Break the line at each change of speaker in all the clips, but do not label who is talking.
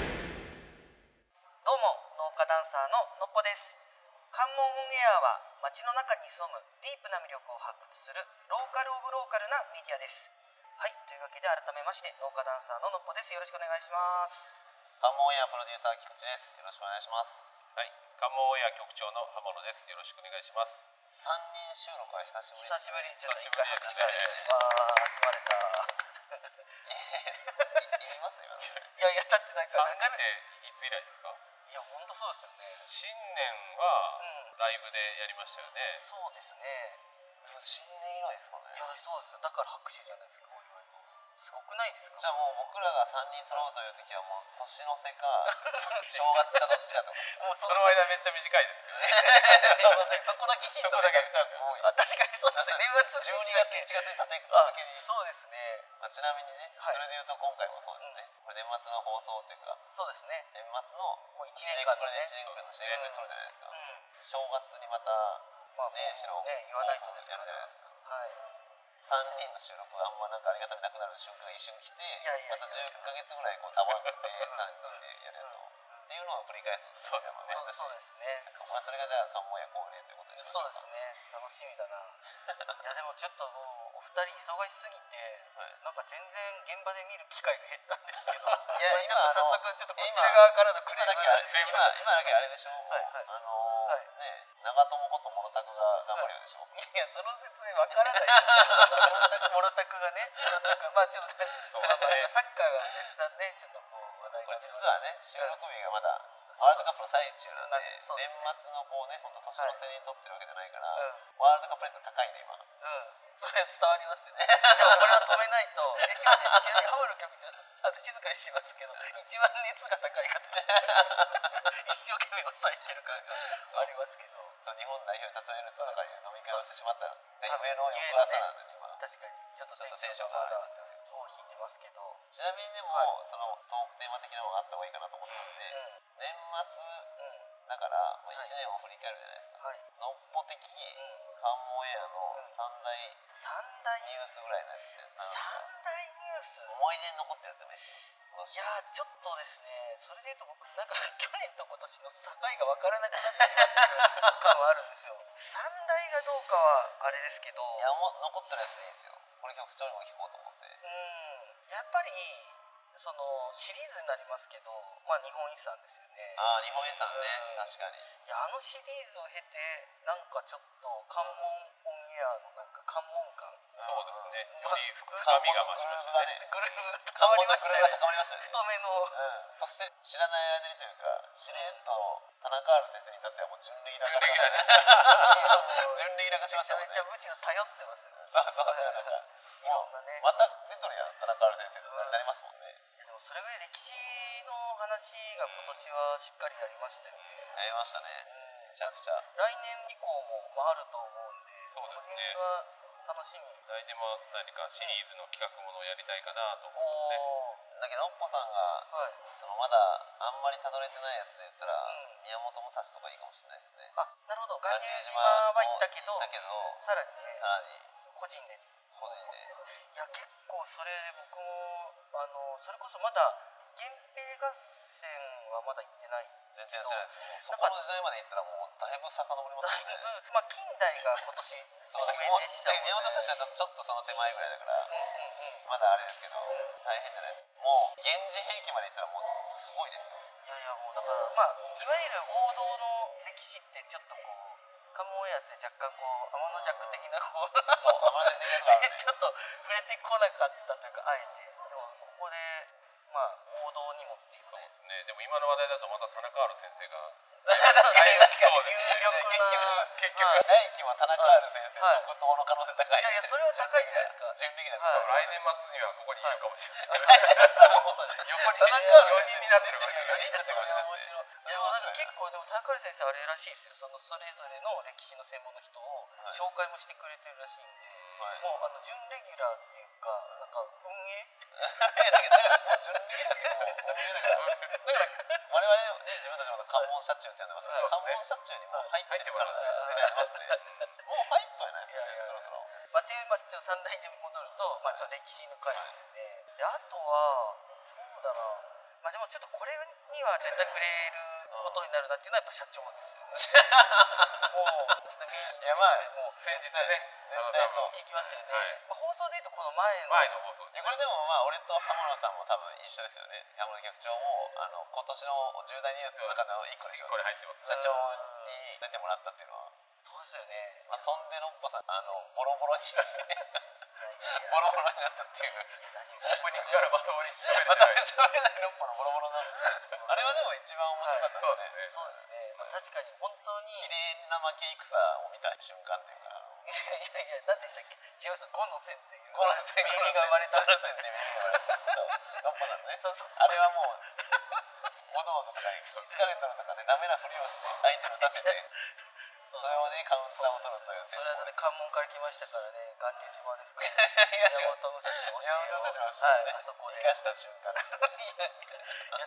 どうも農家ダンサーののっぽです関門オンエアは街の中に潜むディープな魅力を発掘するローカルオブローカルなメディアですはいというわけで改めまして農家ダンサーののっぽですよろしくお願いします
関門オンエアプロデューサー菊池ですよろしくお願いします
はい、関門オンエア局長の浜野です。よろしくお願いします。
三人収録は久しぶり
久しぶりちょっと一回拍手
久しぶりで
わあ集まれた
い
すね
ります今の
いやいやだってなんか
三
な
人
かな
っ
か
ていつ以来ですか？
いや本当そうですよね
新年は
うん
ライブでやりましたよね。
そうですね
新年以来ですか
い
ね
やそうですよだから拍手じゃないですかお祝いのすごくないですか
じゃあもう僕らが三人揃うという時はもう年の 瀬か正月かどっちかってこ
もう
と
そ
そ
の
の
間めっちゃ短いですけどね。
そうそうねそこだけヒントめちゃくちゃ多
あ
い
確かにそうですね年末
12月1月に立て続
あ
けに
そうですね
まあ、ちなみにね、
はい
それで言うと今回もそうですね、これ年末の放送というか
そうですね
年末の
もう一
締
年間
めく
の
くり
ね
で1年くらいの締めくくり取るじゃないですか、
うん
正月にまた
まあ
年始の
ね言わないとです
や
から
るじゃないですか
はい
3人の収録があんまなんかありがたみなくなる瞬間が一瞬来て
やいやいや
また10ヶ月ぐらい こう淡くて3人でやるやつを、っていうのを繰り返すんですよね
そうそうですね
やっぱね私まあそれがじゃあ関門や恒例ということにしまし
そう
ょう
です
か
ね楽しみだ ないやでもちょっともうお二人忙しすぎて、
はい
なんか全然現場で見る機会が減ったんですけどい
や
ちょっと早速ちょっとこちら側からのク
今
レー
だ
ムなん
けあれ
です
今今だけあれでしょ、
はいはい
あの
はい
ーね長友こと諸拓が頑張るようでしょ、
いやその説明わからないよ モロタクがねモロタクまあちょっと
うです
ま
ね
あサッカーが絶賛ねちょっとこう話題に
これ実
なってます
はね収録日がまだ
そう
ワールドカップの最中なんで
そうで
年
すね
末のこうね本当年の瀬に撮ってるわけじゃないから
う
ワールドカップ率が高いね今
うんそれは伝わりますよねでもこれは止めないとえ今ねちなみに浜野キャプテンあの静かにしてますけど一番熱が高い 方一生懸命抑えてる感がありますけど
そう日本代表に例えるととかいう飲み会をしてしまったがゆえの翌朝なんで今ち
確かにちょっと
ょっとテンションが上がってますよ
もう引いてますけどう
ちなみにでも
は
そのトークテーマ的なのがあった方がいいかなと思ったんで
ん
年末
ん
だからまあ
はい
1年を振り返るじゃないですか
はい
のっぽ的関門エアの3大
三大
ニュースぐらいのやつって何で
三
すか
大ニュース
思い出に残ってるやつでもいいですよ
いやーちょっとですねそれで言うと僕なんか 去年と今年の境が分からなくなってしまってる感はあるんですよ三大がどうかはあれですけど
いやもう残ってるやつでいいですよこれ局長にも聞こうと思って
うんやっぱりそのシリーズになりますけどまあ日本遺産ですよね
ああ日本遺産ね
うん
確かに
いやあのシリーズを経てなんかちょっと関門オンエアのなんか関門感
そうですね。
うん
より深
関
み
門の
が増し
グループ
ました
が
ね。
ね
グルーブ変
関
わり
門の
まし
グル
たよね太
ープが高まりましたよ
め
ね
の
うんそして知らない間にというかしれっと田中ある先生に至ってはもう準レギュラー化し ましたね 準レギュラー化し
め
まし
ちゃ
た
め
もん
ちゃ
ね
むしろ頼ってますよね
そうそうだからなんか
いろんなね
また出とるやん田中ある先生になりますもんね
いやでもそれぐらい歴史の話が今年はしっかりやりましたよね、
なりましたねめちゃくちゃ
来年以降もまああると思うんで
そうですね
その辺は楽しみ
来年も何かシリーズの企画ものをやりたいかなと思いますね。
おー
だけどのっぽさんが
はい
そのまだあんまりたどれてないやつで言ったら
うん
宮本武蔵とかいいかもしれないですね
あなるほど巌流島は行ったけど
だけど
さらにね
さらに
個人で
個人で
いや結構それ僕もあのそれこそまだ源平合戦はまだ行ってない
全然やってないですねそ
なん
こ
か
の時代まで行ったらもうだいぶ遡りま
だ
す
い
よ
ぶ
ね、
まあ近代が今年
そうだけ
有
どもう
名でしたもんね
宮本武蔵だとちょっとその手前ぐらいだから
うんうんうん
まだあれですけど大変じゃないですもう源氏兵器まで行ったらもうすごいですよ
いやいやもうだからまあいわゆる王道の歴史ってちょっとこうカモンエアって若干こう天の弱的なこう
そうあまり的なとこある
ち
ね
ょっと触れてこなかったというかあえてでもここでまあ王道にもっていう
そう
ね
ですね。でも今の話題だとまた田中ある先生が
確かに確か
そう
に
です
有力
ね。
な
結局結
ま
局
あ
来期は田中ある先生
はい
続投の可能性高い
いやいやそれは高いんじゃないですか
準レギュラー
はい
です
来年末にはここにいるかもしれない。
田中ある
横に四人になってるかもしれない。
先生
それは面白い
そ
でもなんか結構でも田中
れは面白い
先生あれらしいですよそのそれぞれの歴史の専門の人を
はい
紹介もしてくれてるらしいんで、
はい
もうあの準レギュラーっていうかなんか運営
だけどだから準レギュラーだけどもう運営だから我々々ね自分たちのこと関門車中って呼んでますけど関門車中にもう入ってるからねそうやってますねもう入ってはいないですよねそろそろ
まあ、っていう、まあ、ちょっと三大に戻ると、まあ、ちょっと歴史の回ですよね、であとはそうだなまあでもちょっとこれには絶対触れることになるなっていうのはやっぱ社長ですよ、ね、もうちょっとみんない
やまあ
もう
先日ね
絶対そう
行きましたよね、まあ、
はい
放送で言うとこの前の
前の放
い
送で
やこ
す
れでもまあ俺と浜野さんも多分一緒ですよね浜野局長もあの今年の重大ニュースの中の一個でしょ
これ入ってます
社長に出てもらったっていうのは、
そうですよね
まあ、そんでのっぽさんあのボロボロに ボロボロになったっていう
オープニングからまともに喋れ
また
ない
別のれないのっぽのボロボロなのあれはでも一番面白かった
はいそう
で
そうです
すよね、
ですね
ね、まあ、確かに本当に
綺麗な負け戦を見た瞬間っていうかあの
いやいやいや何でしたっけ違う人五の線っていう
ゴロ戦
耳が生まれた
ゴロ戦って耳が生まれたそうのっぽさんね
そうそう
あれはもうおどおどとかに疲れとるとかでダメなふりをして相手を打たせてそれをねカウンターを取るという
そ
戦
れは
法
ね
です
関門から来ましたからね巌流島ですから、
いや違
山
う
本武蔵の教えを
山本武蔵の教
はい、
えをね
あそこで
生かした瞬間でしたね
いや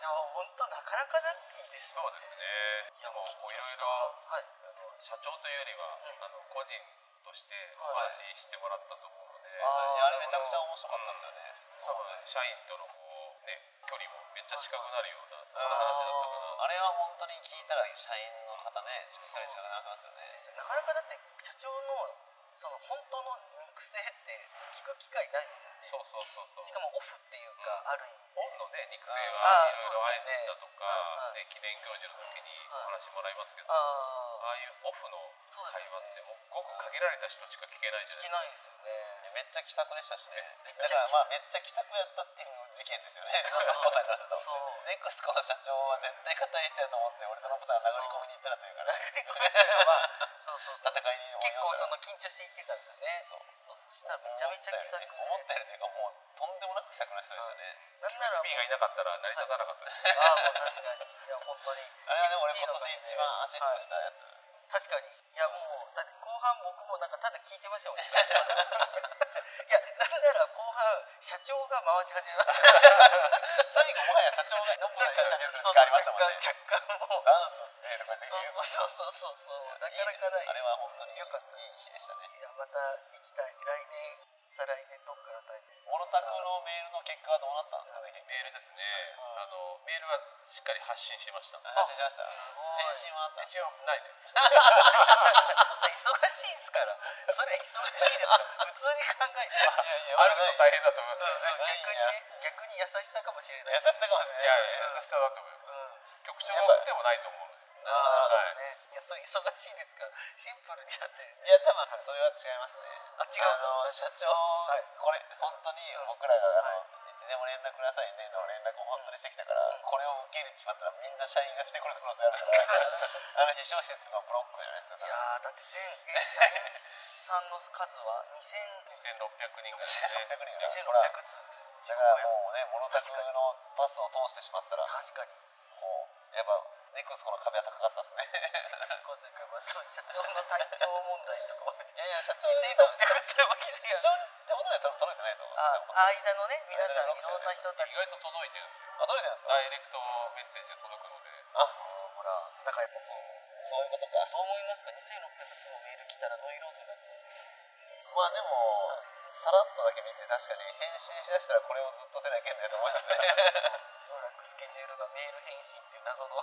いやいやでも本当なかなかないです
そ
よ
うですねでもこういろいろ
はい
あの社長というよりは、あの個人としてお
はい
話ししてもらったと思うので、
あ
いやあれめちゃくちゃ面白かったですよね
多分社員とのこうね距離もめっちゃ近くなるようなそんな話だったかな
あれは本当に聞いたら社員の方ねしっかり近くなりますよね
ですよなかなかだって社長のその本当の肉声って聞く機会ないですよね
そうそうそうそう
しかもオフっていうか、ある意味
本のね肉声
あー
はいろいろ挨拶だとか
そう、
ね記念行事の時にお話もらいますけど、
ああ
ああいうオフの
そうで
会
す
話って
よね
もうごく限られた人しか聞けないじ
聞け
ゃないですか
ないですよね
めっちゃ気さくでしたしね
ですね
だからまあめっちゃ気さくやったっていう事件ですよね
そうそう
ノッポさんからすると
そう
ネクスコの社長は絶対硬い人やと思って俺とノッポさんが殴り込みに行ったらというから
そうそう
戦
そう
いに
結構その
の
緊張していってたんですよね
そう
そうそしたらめちゃめちゃ気さくで
思ったよりというかもうとんでもなく気さくな人でしたね
なんならもう
P がいなかったら成り立たなかったです、
ああもう確かにいや本当に
あれはでも俺今年一番アシストしたやつ
確かにいやもうだって後半僕もなんかただ聞いてま したもん、ね、いやなんなら後半社長が回し始めました
最後もはや社長がノッポさんにインタビューする時間ありましたもんね
若干もう
ダンスってとかって
そうそうそうそ
言う
うそうなかなかない
あれは本当に
よかった
いい日でしたね
いやまた行きたい来年再来年どっかのタイミング
モノタクのメールの結果はどうなったんですかね結局
メールですね、あのメールはしっかり発信してました
話しました
ごい
返信はあったんですか
一応ないです
それ忙しいですからそれ忙しいですから普通に考えて
いやいや
あると大変だと思いますけどね
逆にね逆に優しさかもしれ
優
ない
しさかもしれ
いや
ない
優しさだと思います、
うん
局長が送ってもないと思うの
なるほど
で
なるほど
はい
ね、いやそれ忙しいですからシンプルにやってる
いや多分それは違いますね
あ違う
の社長、
い
これ本当に僕らがあの、いつでも連絡くださいねの連絡を本当にしてきたから、これを受け入れてしまったらみんな社員がしてくる可能性あるから あの秘書室のブロックじゃないですか
い
多分
やーだって全え社員さんの数は2000
2600人ぐらい
2600人ぐらい
ですね
ほら
2600通です
だからもうねモノタクのパスを通してしまったらもう
確かに
やっぱネクスコの壁は高かったですね
そうというかまた社長の体調問題とかも
いやいや社長
2600
多分
通も来て
社長に手元には多分届いてないですよ
あ
多分
間のね皆さんいろんな人た
意
ち
外と届いてるんですよ
あ届いてないですか
ダイレクトメッセージが届くので
あ
ほらだからやっぱそうです
そういうことか
どう思いますか2600通もメール来たらノイローゼになりますね
まあでもさらっとだけ見て確かに返信しだしたらこれをずっとせなきゃいけないと思いますね
しばらくスケジュールがメール返信っていう謎の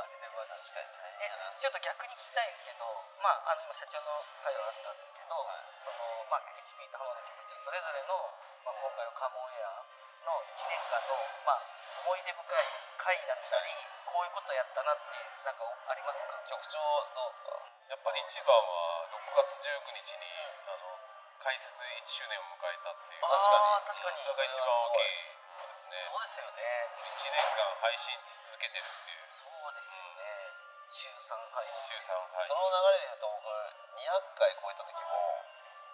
あれでもある
確かに大
え
変やな
ちょっと逆に聞きたいんですけど、まあ、あの今社長の会話あったんですけど、
い
そのまあ、HP と浜田局長それぞれの、まあ、今回のカモンエアの1年間の、まあ、思い出深い会だったりこういうことやったなってなんかおありますか
局長どうですか
やっぱり一番は6月19日にあの開設1周年を迎えたっていう
あー
確かに
それが一番大きいのですね
そうですよね
1年間配信し続けてるっていう
そうですよね週3配信
週3配
そ
信
の流れで言うと僕200回超えた時も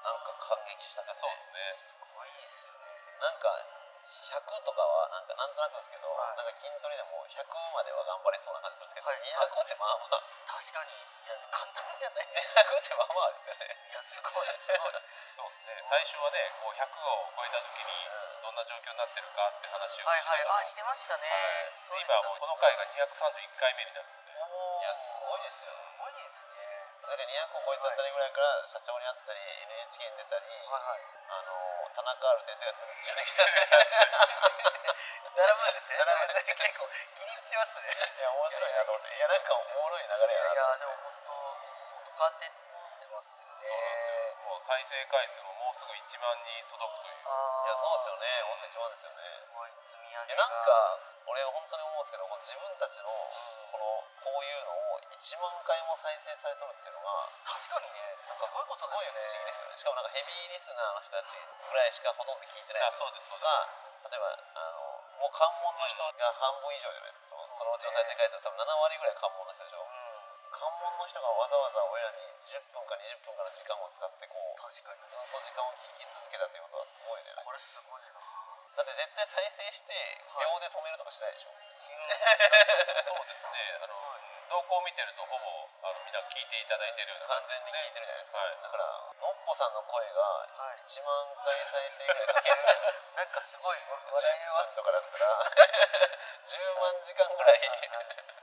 なんか感激したっす
そう
ね
ですね
すごいですよね
なんか100とかはなんかなんとなくですけど、
はい
なんか筋トレでも100までは頑張れそうな感じするんですけど、
はい
200ってまあまあ
確かにいや簡単じゃないです
200ってまあまあですよね
いやすごいすごい
そうですね最初はねこう100を超えた時にどんな状況になってるかって話をし
はい
な
はい
がら、
あしてましたね、
はい
そうでした
今はもうこの回が231回目になるので
おー
いやすごいですよ
すごいですね
なんか200を超えたあたりぐらいから社長に会ったり NHK に出たり、
はいはい
あの田中ある先生が10年来た
並ぶんですね
並ぶんで
結
す
構気に入ってますね
いや面白いなと思っていやなんかおもろい流れ
いや
やな
でも本当本当変わってってますよね
そうなんですよもう再生回数ももうすぐ1万に届くという
あ
いやそうですよ
ね
ね温泉一番ですよ
す
ね
ごい積み上げ
いや
が
なんか俺本当に思うんですけどこの自分たちのこのこういうのを1万回も再生されとるっていうのが
確かにね
なん
す
か
ごいこと
すごい不思議ですよねしかもなんかヘビーリスナーの人たちぐらいしかほとんど聞いてない
あ
と
そうですそうで
か例えばあのもう関門の人が半分以上じゃないですかそのそのうちの再生回数は多分7割ぐらい関門の人でし
う
ょ
ん
関門の人がわざわざ俺らに10分か20分かの時間を使ってこう
確かに
ずっと時間を聞き続けたっていうことはすごいねだ
これすごいな
って絶対再生して秒で止めるとかしないでしょ、
す
すそうですねあの動向を見てるとほぼあのみんな聞いていただいてるような
完全に聞いてるじゃないですか、
はい
だからのっぽさんの声が
はい
1万回再生ぐらいかける
なんかすごい
10分
笑えます
とかだったら10万時間ぐらい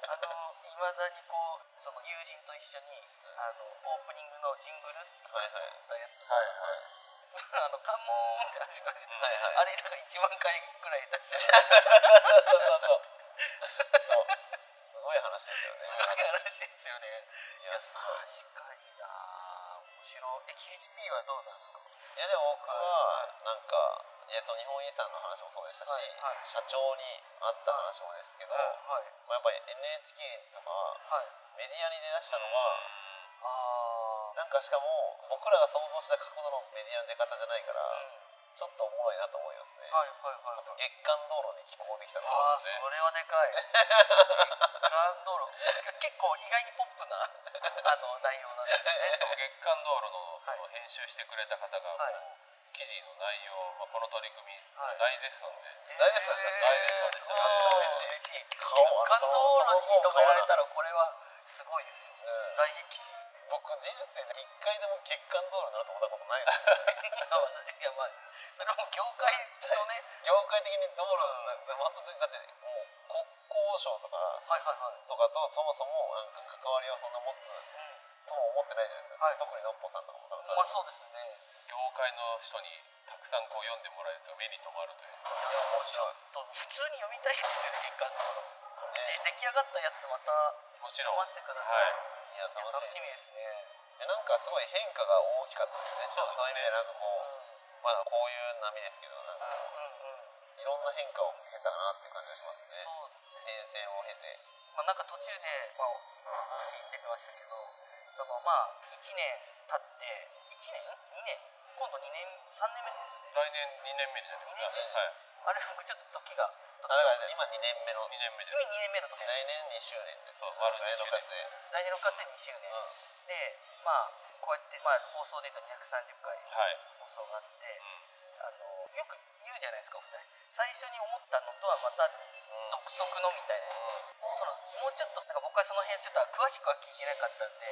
あのいまだにこうその友人と一緒にあのオープニングのジングル作
はいはい
ったやつ、
はい
あの関門って始まるじゃん
はいはい
あれなんか1万回ぐらい出して
そうそうそうそうすごい話ですよ
す
ね
ごい話ですよね
いやすごい
確かにな面白いえ KHP はどうなんですか
いやでも僕はなんかいやその日本遺産の話もそうでしたし、
はいはい
社長に会った話もですけど、
はい
まあ、やっぱり NHK とか
はい
メディアに出だしたのは
ああ
なんかしかも僕らが想像した角度のメディアの出方じゃないから
うん
ちょっとおもろいなと思いますね、
はいはいはいはい
月間道路に寄稿できたの
あ
は
あそれはでか い感動路結構意外にポップなあの内容なんですね
しかも月刊道路のその
は
編集してくれた方がも
はいう
記事の内容、まあ、この取り組み、
はい
大絶賛で
大絶賛です。大絶賛です。やっと嬉しい。感動路に認められた
大絶賛ですか
らこれはすごいですよ。大激震。
僕人生で一回でも欠陥道路になると思ったことないで
い
すよ
やまあそれも業界のね。
業界的に道路なんて本当にだってもう国交省とか
はいはいはい。
とかとそもそもなんか関わりをそんな持つとも思ってないじゃないですか、
はい
特にのっぽさんとかも多分
まあそうですね。
業界の人にたくさんこう読んでもらえると目に留まるというか
いや面白い
普通に読みたいですよね。月刊の。で出来上がったやつまた
もちろ
読
ん
ませてくださ。
はい
いや楽
楽
し
し
い
み
で
ですすね。
えなんかすごい変化が大きかったですね
そうです
そ
ね
ういう意味でなんかこうまだこういう波ですけどなんか
うんうん。
いろんな変化を経たなっていう感じがしますね
そう
転生を経て
まあ、なんか途中で、まあ、記事に出てましたけどそのまあ1年経って1年 ?2 年今度2年3年目ですよね
来年2年目になりますね、
二
年目
はい、
あれ僕ちょっと時が
あだから今2年目の
2年目で
今2年目の年
来
来
年2周年です
そう
来
丸
年の
二周年
活で
年の月2周年、
う
でまあこうやって、まあ、放送で言うと230回
はい、
放送があって、
うん
あのよく言うじゃないですかお二人最初に思ったのとはまた独特のみたいな、そのもうちょっとなんか僕はその辺ちょっと詳しくは聞いてなかったんで、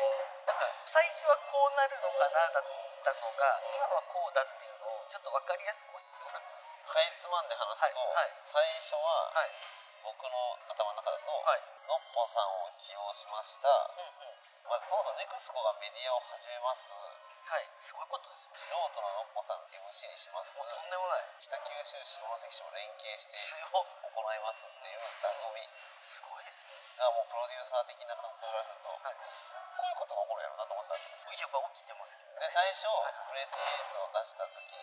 なんか最初はこうなるのかなだったのが今はこうだっていうのをちょっと分かりやすく教えてもらって
かいつまんで話すと、
はいはい
最初は
はい
僕の頭の中だと、
はい
のっぽさんを起用しました、
うんうん
まずそもそもネクスコがメディアを始めます
はいすごいことですよ
素人ののっぽさん MC にします
もうとんでもない
北九州市下関市も連携して
強
行
っ
いますっていう座組
すごいですね
がもうプロデューサー的な感覚からすると、
はい
すっごいことが起こるやろなと思ったんですよ
やっぱ起きてますけど
で最初プレスリリースを出した時に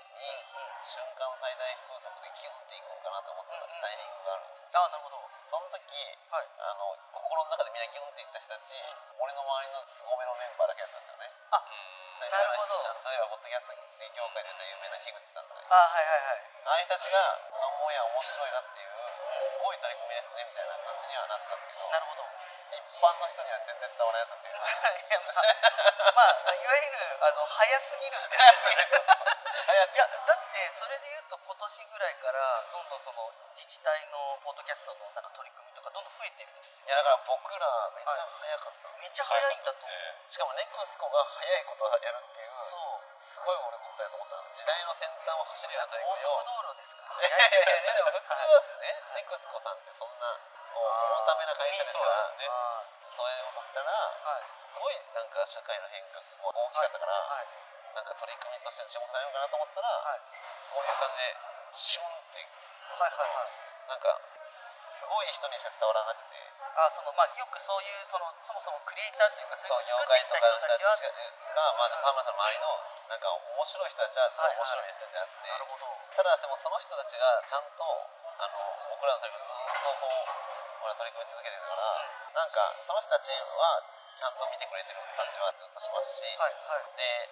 瞬間最大風速でギュンっていくんかなと思った
うんうん
タイミングがあるんですよ
ああなるほど
その時
はい
あの心の中でみんなギュンっていった人たち俺の周りの凄めのメンバーだけだったんですよね
あ
それ
な
で
るほど
あの例えばポッドキャストで業界で言うと有名な樋口さんとか
あはいはいはい
ああいう人たちが「関門や面白いな」っていうすごい取り組みですねみたいな感じにはなったんですけど
なるほど
一般の人には全然伝わらなかったという
いやまあ、まあ、いわゆるあの早すぎるんですよ
早すぎる
いやだってそれで言うと今年ぐらいからどんどんその自治体のポッドキャストのなんか取り組みとかどんどん増えてるんですよ
いやだから僕らめっちゃ早かったんです
め
よ、
っちゃ早いんだと思う、
ね
しかもネクスコが早いことをやるっていう
そう
すごい俺答えと思ったんですよ時代の先端を走りなさい
高速
よ
道路ですか
いやいやい やでも普通はですねネクスコさんってそんなこう
あー
重ためな会社ですから
そうだね
あ
そういうことしたら、
い
すごいなんか社会の変革も大きかったから、
ーはい
なんか取り組みとして注目されるのかなと思ったら、
はい
そういう感じでシュンって
はいはいはい
なんかすごい人にしか伝わらなくて
あそのまあよくそういうそのそもそもクリエイターというか
そ
そうういう
妖
のを作
怪
ってきた人
とかの人
た
た
ち
ち
は
がまあパーマさんの周りのなんか面白い人たちはそれ面白いですねってなって、
なるほど
ただでもその人たちがちゃんとあの僕らの取り組みずっとこう俺ら取り組み続けてるからなんかその人たちはちゃんと見てくれてる感じはずっとしますし、
はいはい
で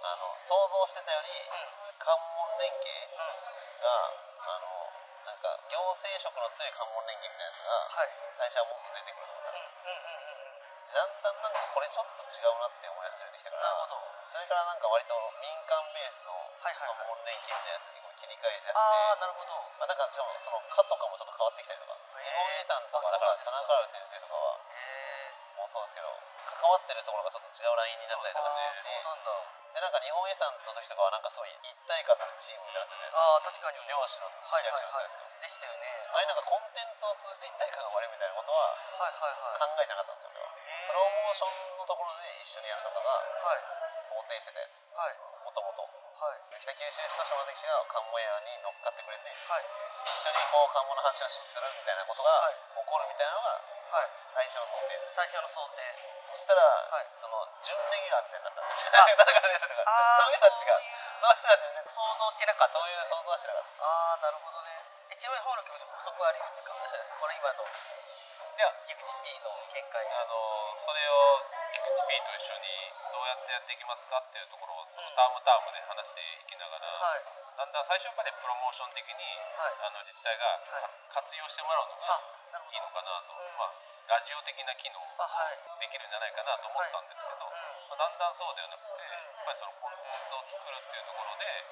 あの想像してたより関門連携
うん
があのなんか行政色の強い関門連携みたいなやつが
はい
最初はもっと出てくると思ってたんですよだんだんなんかこれちょっと違うなって思い始めてきたから
なるほど
それからなんか割と民間ベースの
いはいはい
本連携みたいなやつにこう切り替え出して、
ああなるほど
まあ、なんかしかもその課とかもちょっと変わってきたりとか日本遺産とか
あ
だから
そ
田
う
中ある先生とかは
へえ
もうそうですけど関わってるところがちょっと違うラインになったり
あ
とかし
ー
て
そうなんだ
でなんか日本遺産の時とかはなんかすごい一体感のあるチームになってるじゃないです
ああ確
か
かに
漁師の市
はい
役
はい
所
はい
の人たちと
でしたよね
ああいうなんかコンテンツを通じて一体感が生まれるみたいなことは
はいはいはい
考えてなかったんですよ俺はプロモーションのところで一緒にやるとかが
はい
想定してたやつ
はい
もともと
はい
北九州市と下関市が関門屋に乗っかってくれて
はい
一緒にこう関門の発信をするみたいなことが
はい
起こるみたいなのが
はい
最初の想定です、
最初の想定
そしたら、
い
その準レギュラーみたいになったんですよ
あ
田中先生とか
あー
そういうのは違うそういうのは全然
想像してなかった
そういう想像はしてなかっ
ああなるほどねえちなみにホール君補足はありますか これ今の
いや
菊池 P の見解
あのそれを菊池 B と一緒にどうやってやっていきますかっていうところをそのタームタームで話していきながら、
はい
だんだん最初やっぱりプロモーション的に、
は
あの自治体がか活用してもらうのが
あなるほど
いいのかな
う
と、
ん
まあ、ラジオ的な機能
あはい
できるんじゃないかなと思ったんですけど、
うん
まあ、だんだんそうではなくてやっぱりそのコンテンツを作るっていうところで、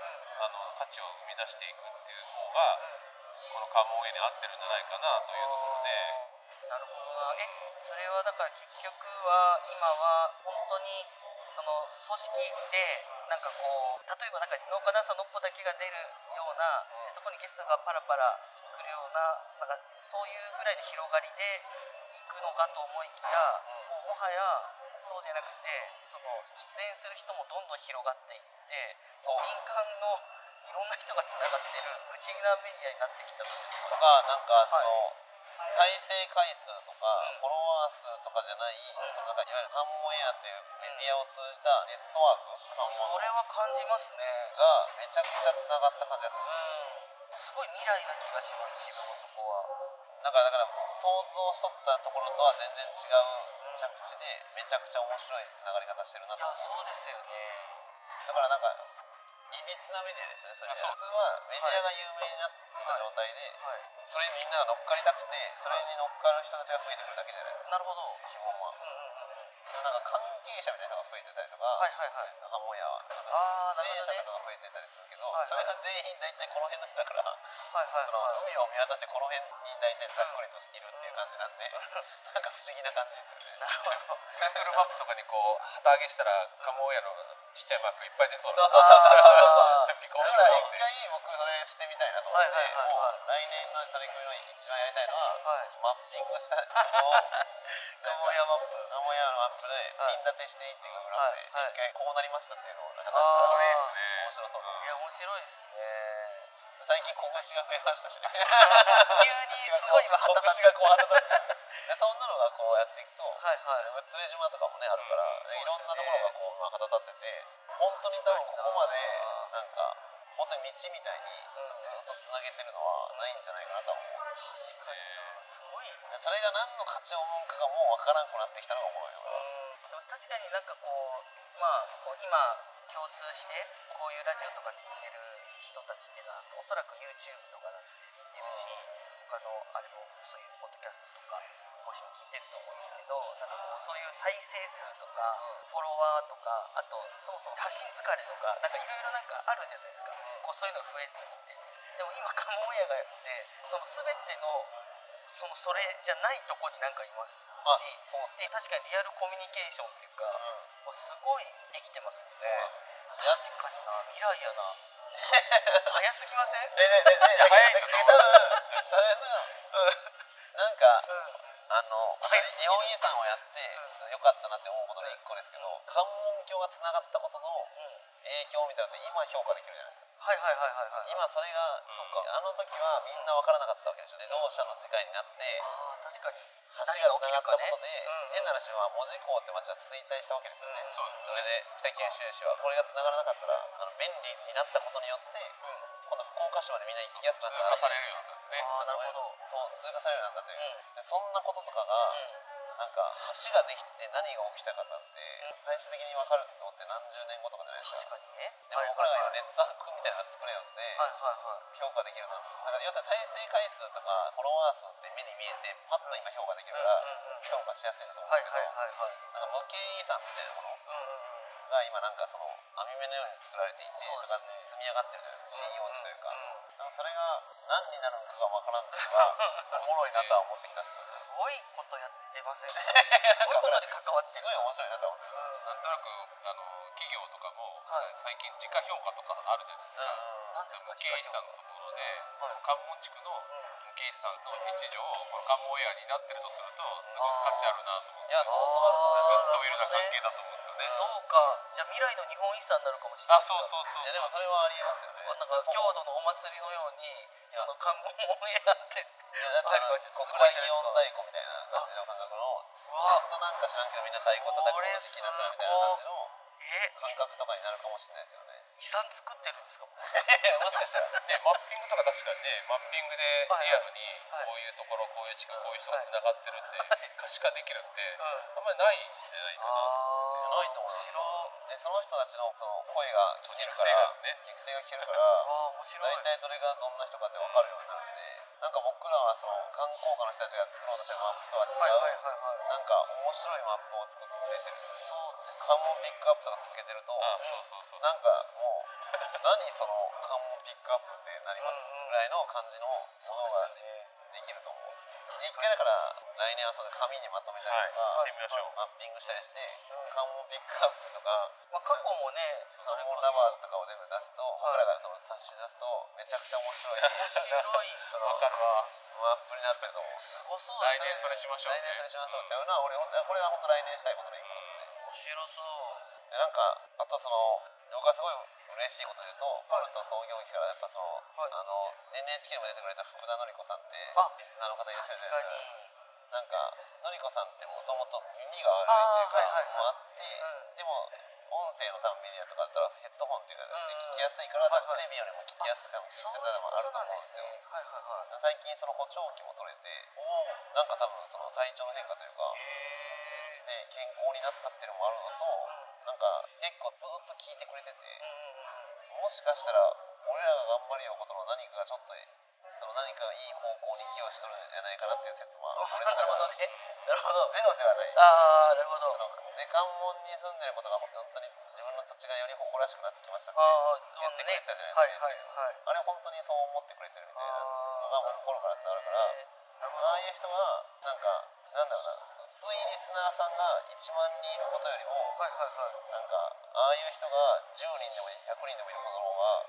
あの価値を生み出していくっていう方がこの関門へに合ってるんじゃないかなというところで。
なるほどなえそれはだから結局は今は本当にその組織でなんかこう例えばなんか農家ダンサーのっぽだけが出るようなでそこにゲストがパラパラ来るようななんかそういうぐらいの広がりでいくのかと思いきやもうもはやそうじゃなくてその出演する人もどんどん広がっていって
そう
民間のいろんな人がつながってる不思議なメディアになってきたという
たとかなんかその、再生回数とかフォロワー数とかじゃない、そのなんかいわゆる関門エアというメディアを通じたネットワーク関
そ
門
れは感じますね。
がめちゃくちゃつながった感じがす
うんすご
る
い未来な気がします自分もそこは
なんかだから想像しとったところとは全然違う着地でめちゃくちゃ面白いつながり方してるない
や
と
そうですよね
だからなんかいびつなメディアですよねそれ
あそう
普通はメディアが有名になった状態で
はい
それにみんなが乗っかりたくてそれに乗っかる人たちが増えてくるだけじゃないですか
なるほどうんうんうん
基本
う
は
ん
でもなんか関係者みたいなのが増えてたりとか
いはいはい
なんかもやはなんか
あー
出演者
なる
と
ほ
かが増えてたりするけど
はいはい
それが全員大体この辺の人だから
はいはい
その
はい
海を見渡してこの辺に大体ざっくりといるっていう感 じなんでなんか不思議な感じですよね
なるほど
Google マップとかにこう旗揚げしたらカモ屋のちっちゃいマークいっぱい出そう
そうそう
な
そうそうそうそう
あ
ピコ
だ
ン
か
ピ
ら一
コンって
回僕それしてみたいなと思って、
はいはいはいはい
もう来年の取り組みの一番やりたいのは、
はい
マッピングしたやつ を
ガモヤマップ
ガモヤのマップで
はい
ピン立てしていってグラフで
はいはい
一回こうなりましたっていうのをなんか出
あー
したら面白そうだ
い
な
や面白いですね
最近拳が増えましたしね
急にすごい今旗
拳
立って
が こう温まってそんなのがこうやっていくと、
はいはい
六つれ島とかもねあるから、
うん
いろんなところがこう、まあ、旗立ってて本当に多分ここまでなんか本当に道みたいに
ん
ずっとつなげてるのはないんじゃないかなとは思う
確かになすごいな
それが何の価値を思うかがもう分からんくなってきたのがおもろいよ
うんでも確かになんかこうまあこう今共通してこういうラジオとか聞いてる人たちっていうのはおそらく YouTube とかだって見てるし他のあれもそういうポッドキャストとか更新聞いてると思うんですけどなんかもうそういう再生数とかフォロワーとかあとそもそも発信疲れとかなんかいろいろなんかあるじゃないですかこうそういうのが増えすぎてでも今カモンエアがやってその全てのそのそれじゃないとこになんかいます
あ
し
そうっすね
で確かにリアルコミュニケーションっていうか、
う
すごいできてますもんね
そうなんですね
確かにな未来やな早すぎませ ん
ねねねねだけどだけど多分それのなんかあの要因さんをやってよかったなって思うことの一個ですけど関門橋がつながったことの影響みたいなのって今評価できるじゃないですか
はいはいはいはいはい
今それが
うか
あの時はみんな分からなかったわけでしょ自動車の世界になって
ああ確かに
橋がつながったことで変
何が
な
起きるかねうんうん
話は門司港って町は衰退したわけですよね
うんそうで
そ
す
れで北九州市はこれがつながらなかったらあの便利になったことによって今度福岡市までみんな行きやすくな
通
った
過
ら
されるようになったんですね
あーなるほど
そう通過されるようになったという、でそんなこととかが、なんか橋ができて何が起きたかだって、最終的に分かるのって何十年後とかじゃないです
確
か
かにね
でも僕らが今ネ
はいはいはい
ットワークみたいなの作れよって
はいはい
評価できるなだから要するに再生回数とかフォロワー数って目に見えてパッと今評価できるから
うんうんうん
評価しやすいんだと思
はい
うんです
はい
け
はいはい
ど、なんか無形遺産みたいなもの
うんうんうん
が今なんかその網目のように作られていて
そう
と
で
か
す
積み上がってるじゃないですか信用値というか
うん
なんかそれが何になるのかが分からんの がおもろいなとは思ってきたっすよね
すごいことやってませんすごいことに関わって
す
る
ごい面白いなとは思ってます
なんとなくあの企業とかも、
はい
最近時価評価とかあるじゃないですか、
うん
何ですか
無形遺産のところで、
はい
関門地区の無形遺産の一助をこの関門エアになってるとするとすごく価値あるなと思っ
い
て
や相当あると思います
ず
よ
っとウェルな関係だと思うんですよね
そうかじゃあ未来の日本遺産になるかもしれ
あ
ない
そうそうそう
いやでもそれはありえますよね
なんか郷土のお祭りのようにその関門オンエアって
いやだってあの小倉祇園太鼓みたいな感じの感覚のずっとなんか知らんけどみんな太鼓叩くの好きになったらみたいな感じの
え
感覚とかになるかもしれないですよね
遺産作ってるんですかもう
もしかしたら
ね、マッピングとか確かにねマッピングで
はい
リアルに
はい
こういうところこういう地区こういう人がつながってるって可視化できるって
ん
あんまりないんじゃないかな
ないと思いますよでその人たちのその声が聞けるか
育
ら
成が
育成が聞けるか
あ
ら
あ面白
大
い
体どれがどんな人かって分かるようになるんでなんか僕らはその観光家の人たちが作ろうとしてるマップとは違
はいはいうはいはい
なんか面白いマップを作ってて
そう
関門ピックアップとか続けてると
あそうそうそう
なんかもう何その関門ピックアップってなりますぐらいの感じのものができると思うんですね一回だから来年はその紙にまとめたりと
はいしてみましょう
か、マッピングしたりして関門ピックアップとか
まあ過去もね
サ
そ
ン
れ
モ
こ
ン
そ
ラバーズとかを全部出すと僕らがその差し出すとめちゃくちゃ面白 い
白い
そ
わ
の
かるわ
マップになってると思うんです
すごそう
来
で
年
すね
それしましょう
来年それしましょうっていうのは俺ほんとこれは本当来年したいことの一個ですね
面白そう
でなんかあとその僕がすごい嬉しいこと言うとポルト創業期からやっぱその,、
はい
あの NHK にも出てくれた福田のり子さんって
あ
リスナーの方いらっしゃ
確
るじ
か
ゃない
に
ですかなんかのりこさんってもともと耳が悪いっていうか
あーはいはい
もうあって、
うん
でも音声のたんびにやとかだったらヘッドホンっていうかで聞きやすいから、
うん
多分テレビよりも聞きやすくても聞
そう
き
いう
方も
こ
ある
と
と
なん
思う
で
んですすよ
ねはいはいはい
最近その補聴器も取れて
おお
なんか多分その体調の変化というか、
へえ
で健康になったっていうのもあるのと、なんか結構ずっと聞いてくれて
う
て、
んうんうん
もしかしたら俺らが頑張りようことの何かがちょっとその何かがいい方向に寄与しとるんじゃないかなっていう説も 俺
な
の
るほど
中で
ねな
は
るほど
ゼロではない
ああなるほ
そ
ど
のね関門に住んでることが本当に自分の土地がより誇らしくなってきましたって
ああ
言ってくれてたじゃないですか、
ねはいはいはい
あれ本当にそう思ってくれてるみたいなのがもう心から伝わるから
えーなるほ
ああいう人はなんかなんだろうな薄いリスナーさんが1万人いることよりも
どはいはいはい
なんかああいう人が10人でも100人でもいることの方が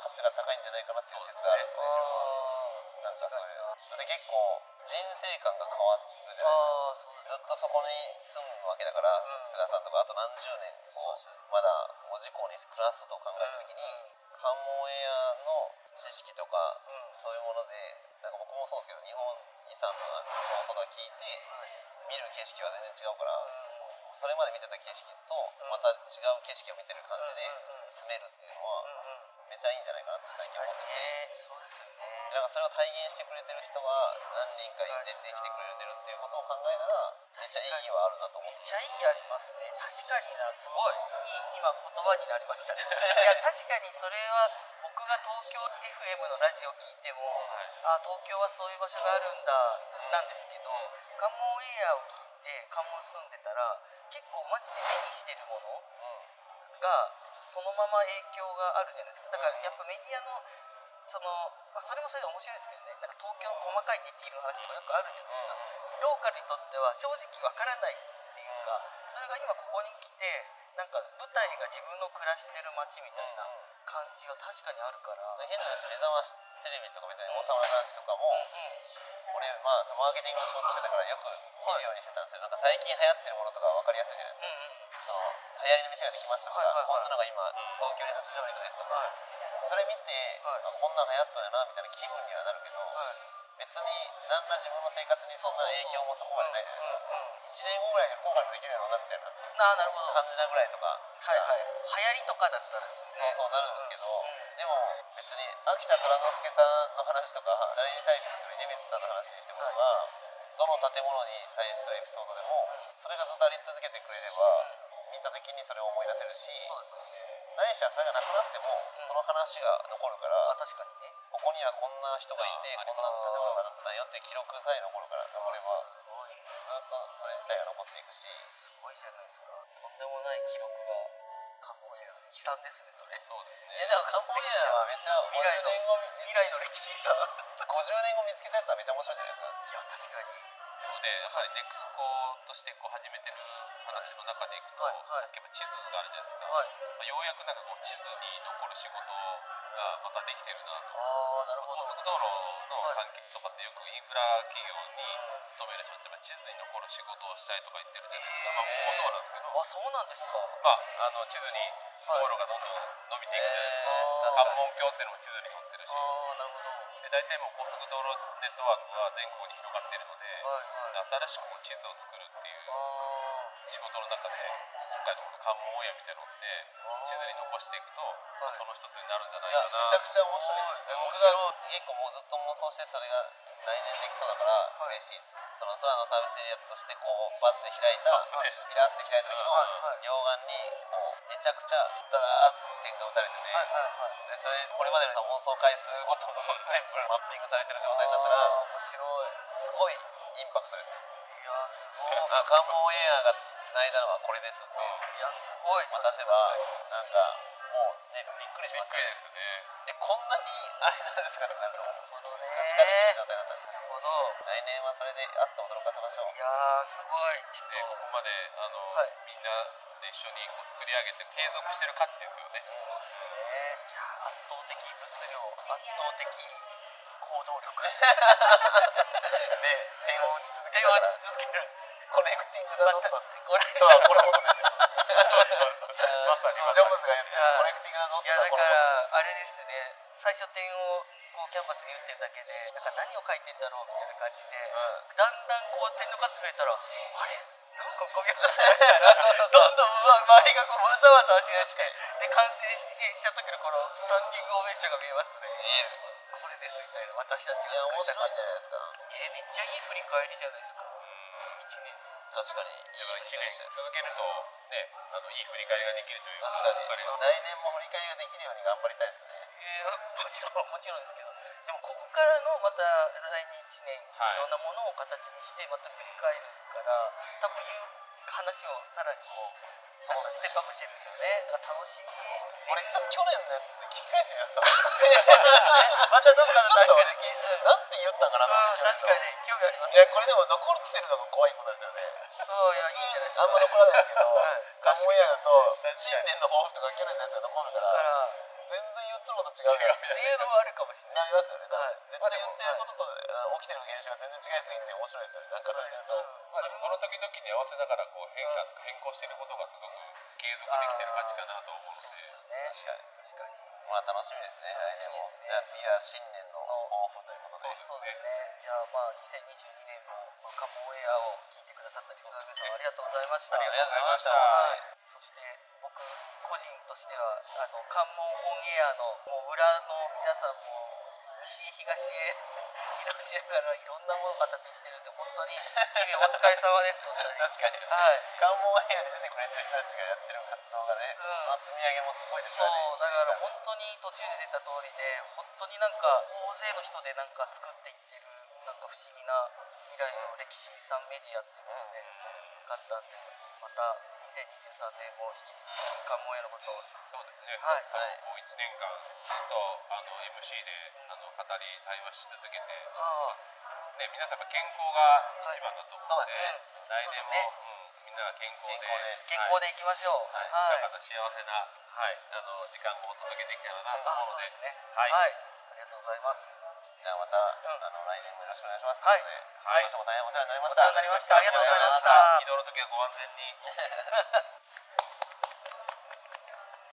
価値が高いんじゃないかなっていう説あるんですね自分はなんかそういうだって結構人生観が変わるじゃないですか
あーあーそう
ずっとそこに住むわけだから福田さんとかあと何十年こうまだ文字港に暮らすと考えた時に関門エアの知識とか
ん
そういうものでなんか僕もそうですけど日本遺産とかのその聞いて見る景色は全然違うからそれまで見てた景色とまた違う景色を見てる感じで住めるっていうのは
うんうんうん
めちゃいいんじゃないかなって最近思ってて。
ねそうですよね
なんかそれを体現してくれてる人が何人か出てきてくれてるっていうことを考えたらめっちゃ意義はあるなと思
めっ
っ
てちゃ意義ありますね確かになすごいいい今言葉になりました ねいや確かにそれは僕が東京 FM のラジオ聞いても、あ東京はそういう場所があるんだなんですけど関門エアを聞いて関門住んでたら結構マジで目にしてるものがそのまま影響があるじゃないですかだからやっぱメディアのその、まあ、それもそれで面白いですけどねなんか東京の細かいディティールの話とかよくあるじゃないですかローカルにとっては正直わからないっていうかそれが今ここに来てなんか舞台が自分の暮らしてる街みたいな感じは確かにあるから
変な話目覚ましテレビとか別に「王様のランチ」とかも俺まあそのマーケティングの仕事してたからよく見るようにしてたんですけどなんか最近流行ってるものとか分かりやすいじゃないですかその流行りの店ができましたと
は
か
いはいはい
こんなのが今東京に初上陸ですとか
はい
それ見て
はい
あこんなん流行ったんやなみたいな気分にはなるけど別に何ら自分の生活にそんな影響もそこまでないじゃないですか1年後ぐらいで後悔もできるやろうなみたいな
ああなるほど
感じなぐらいとかし
はいはい
か
流行りとかだったらですよね
そうそうなるんですけど、でも別に秋田虎之助さんの話とか誰に対してもそれ出光さんの話にしてもらえばどの建物に対するエピソードでもそれがずっとあり続けてくれれば見た時にそれを思い出せるし
そうですよね
ないしはそれがなくなってもその話が残るか
あ
ら
確かにね
ここにはこんな人がいて
あ
こんな建物があったよって記録さえ残るから残れば
すごい
ずっとそれ自体が残っていくし
すごいじゃないですかとんでもない記録が関門エア悲惨ですねそれ
そうです
え
ね
でもカンポニアはめっちゃ
未来の
50
未来の歴史遺産い
年後50年後見つけたやつはめっちゃ面白いじゃないですか
や確かに
なのでやっぱりネクスコとしてこう始めてる話の中でいくと、
はいはい
さっきやっぱ地図があるじゃないですか、
はい
まあようやくなんかこう地図に残る仕事がまたできてるなと
ああなるほ
高
ど
速道路の関係とかってよくインフラ企業に勤める人ってまあ地図に残る仕事をしたいとか言ってるじゃないですか、まあ、僕もそうなんですけど、
あそうなんですか
まあ、あの地図に道路がどんどん伸びていくじゃないです
ー
か、
えー、確かに
関門橋っていうのも地図に載ってるし
ああなるほど
で大体もう高速道路ネットワークが全国に広がっているので、
はいはいあ
新しくこう地図を作るっていう
あ
仕事の中で今回のこの関門オンエアみたいなの
ー
で地図に残していくと、まあその一つになるんじゃ
いやめち
な
ゃ
い
くちゃ
かな
面白いです、ね、
面
僕が結構
白い
もうずっと妄想してそれが来年できそうだから嬉しいです、その空のサービスエリアとしてこうバッて開いた
そうですね
ピラッて開いた時の
はいはい
溶岩にこうめちゃくちゃダーッて点が打たれてて、
はいはいはい
でそれこれまでの放送回数ごとの全部マッピングされてる状態になったら
あー面白い
すごいインパクトですよ
いやすごい
あ関門エアが繋いだのはこれですって
いやすごい
渡せばなんかもうねびっくりし
びっ
ます
く
よ
り
ね
で
え
すね
こんなにあれなんですかねなんかもう
なるほどね
可視化できる状態だったんで
なるほど
来年はそれであっと驚かせましょう
いやーすごいちょっ
でことこまであの、
はい
みんなで一緒にこう作り上げて継続してる価値ですよね。
そうですねいやー圧倒的物量圧倒的行動力
で点を打ち続け
電
な
話続け
がら
る
コネクティング・ザ・ドットと
これ
はこれほどですよ
まさに
ジョブズが言って
いや
るコネクティング・ザ・ドッ
いやだ
トとはこ
か
れほ
らあ
ど
れですね最初点をこうキャンバスに打ってるだけでなんか何を書いてんだろうみたいな感じで、
ん
だんだんこう点の数増えたらあれなんかこげなったらどんどんうわ周りがこうわざわざ足がしてで完成しした時のこのスタンディングオベーションが見えますね
いい
これですみたいな私たち
いや面
が
白
作り
いんじゃないですか
たえーめっちゃいい振り返りじゃないですか一年
確かにいい振
一
り返
年
りした
続けるとね、あのいい振り返りができるという
確かに
わり
来
ます
年も振り返りができるように頑張りたいですね
えーもちろんも ちろんですけどでもここからのまた来年1年い
はい
ろんなものを形にしてまた振り返るから多分いう話をさらにこう
そうで
ス
す
テップアップしてるんでしょうねだから楽しみ
俺ちょっと去年のやつって聞き返してみます
またどっかのタイミングで
ちょっとなんて言ったんか
う
な
ん確か
と思っ
に
て
興味あります
いや
ね
これでも残ってるのが怖いことですよね
うんいやいいじゃないです
あ
か
んま残らないですけど
はい
関門屋だと新年の抱負とか去年のやつが残るか
だからら
全然言ってること違うから
っていうのはあるかもしれ
な
ない
りますよね、
はい
絶対言ってることと、あの起きてる現象が全然違いすぎて面白いですよねなんかそれで言うと、
まあでもその時々に合わせながらこう変化とか変更していることがすごく継続できてる価値かなと思うので、
そうです
確か
よね
に
確かに
まあ楽しみですね来年も
楽しみですね
じゃあ次は新年の抱負ということで
そうですね。じゃあまあ2022年もまあカモンエアを聞いてくださったリスナーの皆さんありがとうございました
ありがとうございました
ありがとうございました
本当に
そして僕個人としてはあの関門オンエアのもう裏の皆さんも西へ東へ移動しながらいろんなものを形にしてるんで本当 に日々お疲れ様です本当に
確かに
はい
関門エアに出てくれてる人たちがやってる活動がね、
うん
まあ積み上げもすごいです
そう
よね
だから本当に途中で出た通りで本当になんか大勢の人でなんか作っていってるなんか不思議な未来の歴史遺産メディアっていうので買ったんでまた2023年も引き続き関門へのことを
そうですね、
はい
もう1年間ずっとあの MC であの語り対話し続けて、ね、
ああ
皆さんやっぱ健康が一番だと思
は
う
い
ので、来年も、うん、みんなが健康で
健康でいきましょう
はい
はい
はい、
豊かな幸せな、はい、あの時間をお届けできたらなと
ああ
思
そう
うので
ですね
は
はいい、ありがとうございます
じゃあまた、あの来年もよろしくお願いします
はい
という
はい
ことで今年も大変お世話になりまし
お世話になりましたありがとうございました
移動の時はご安全に。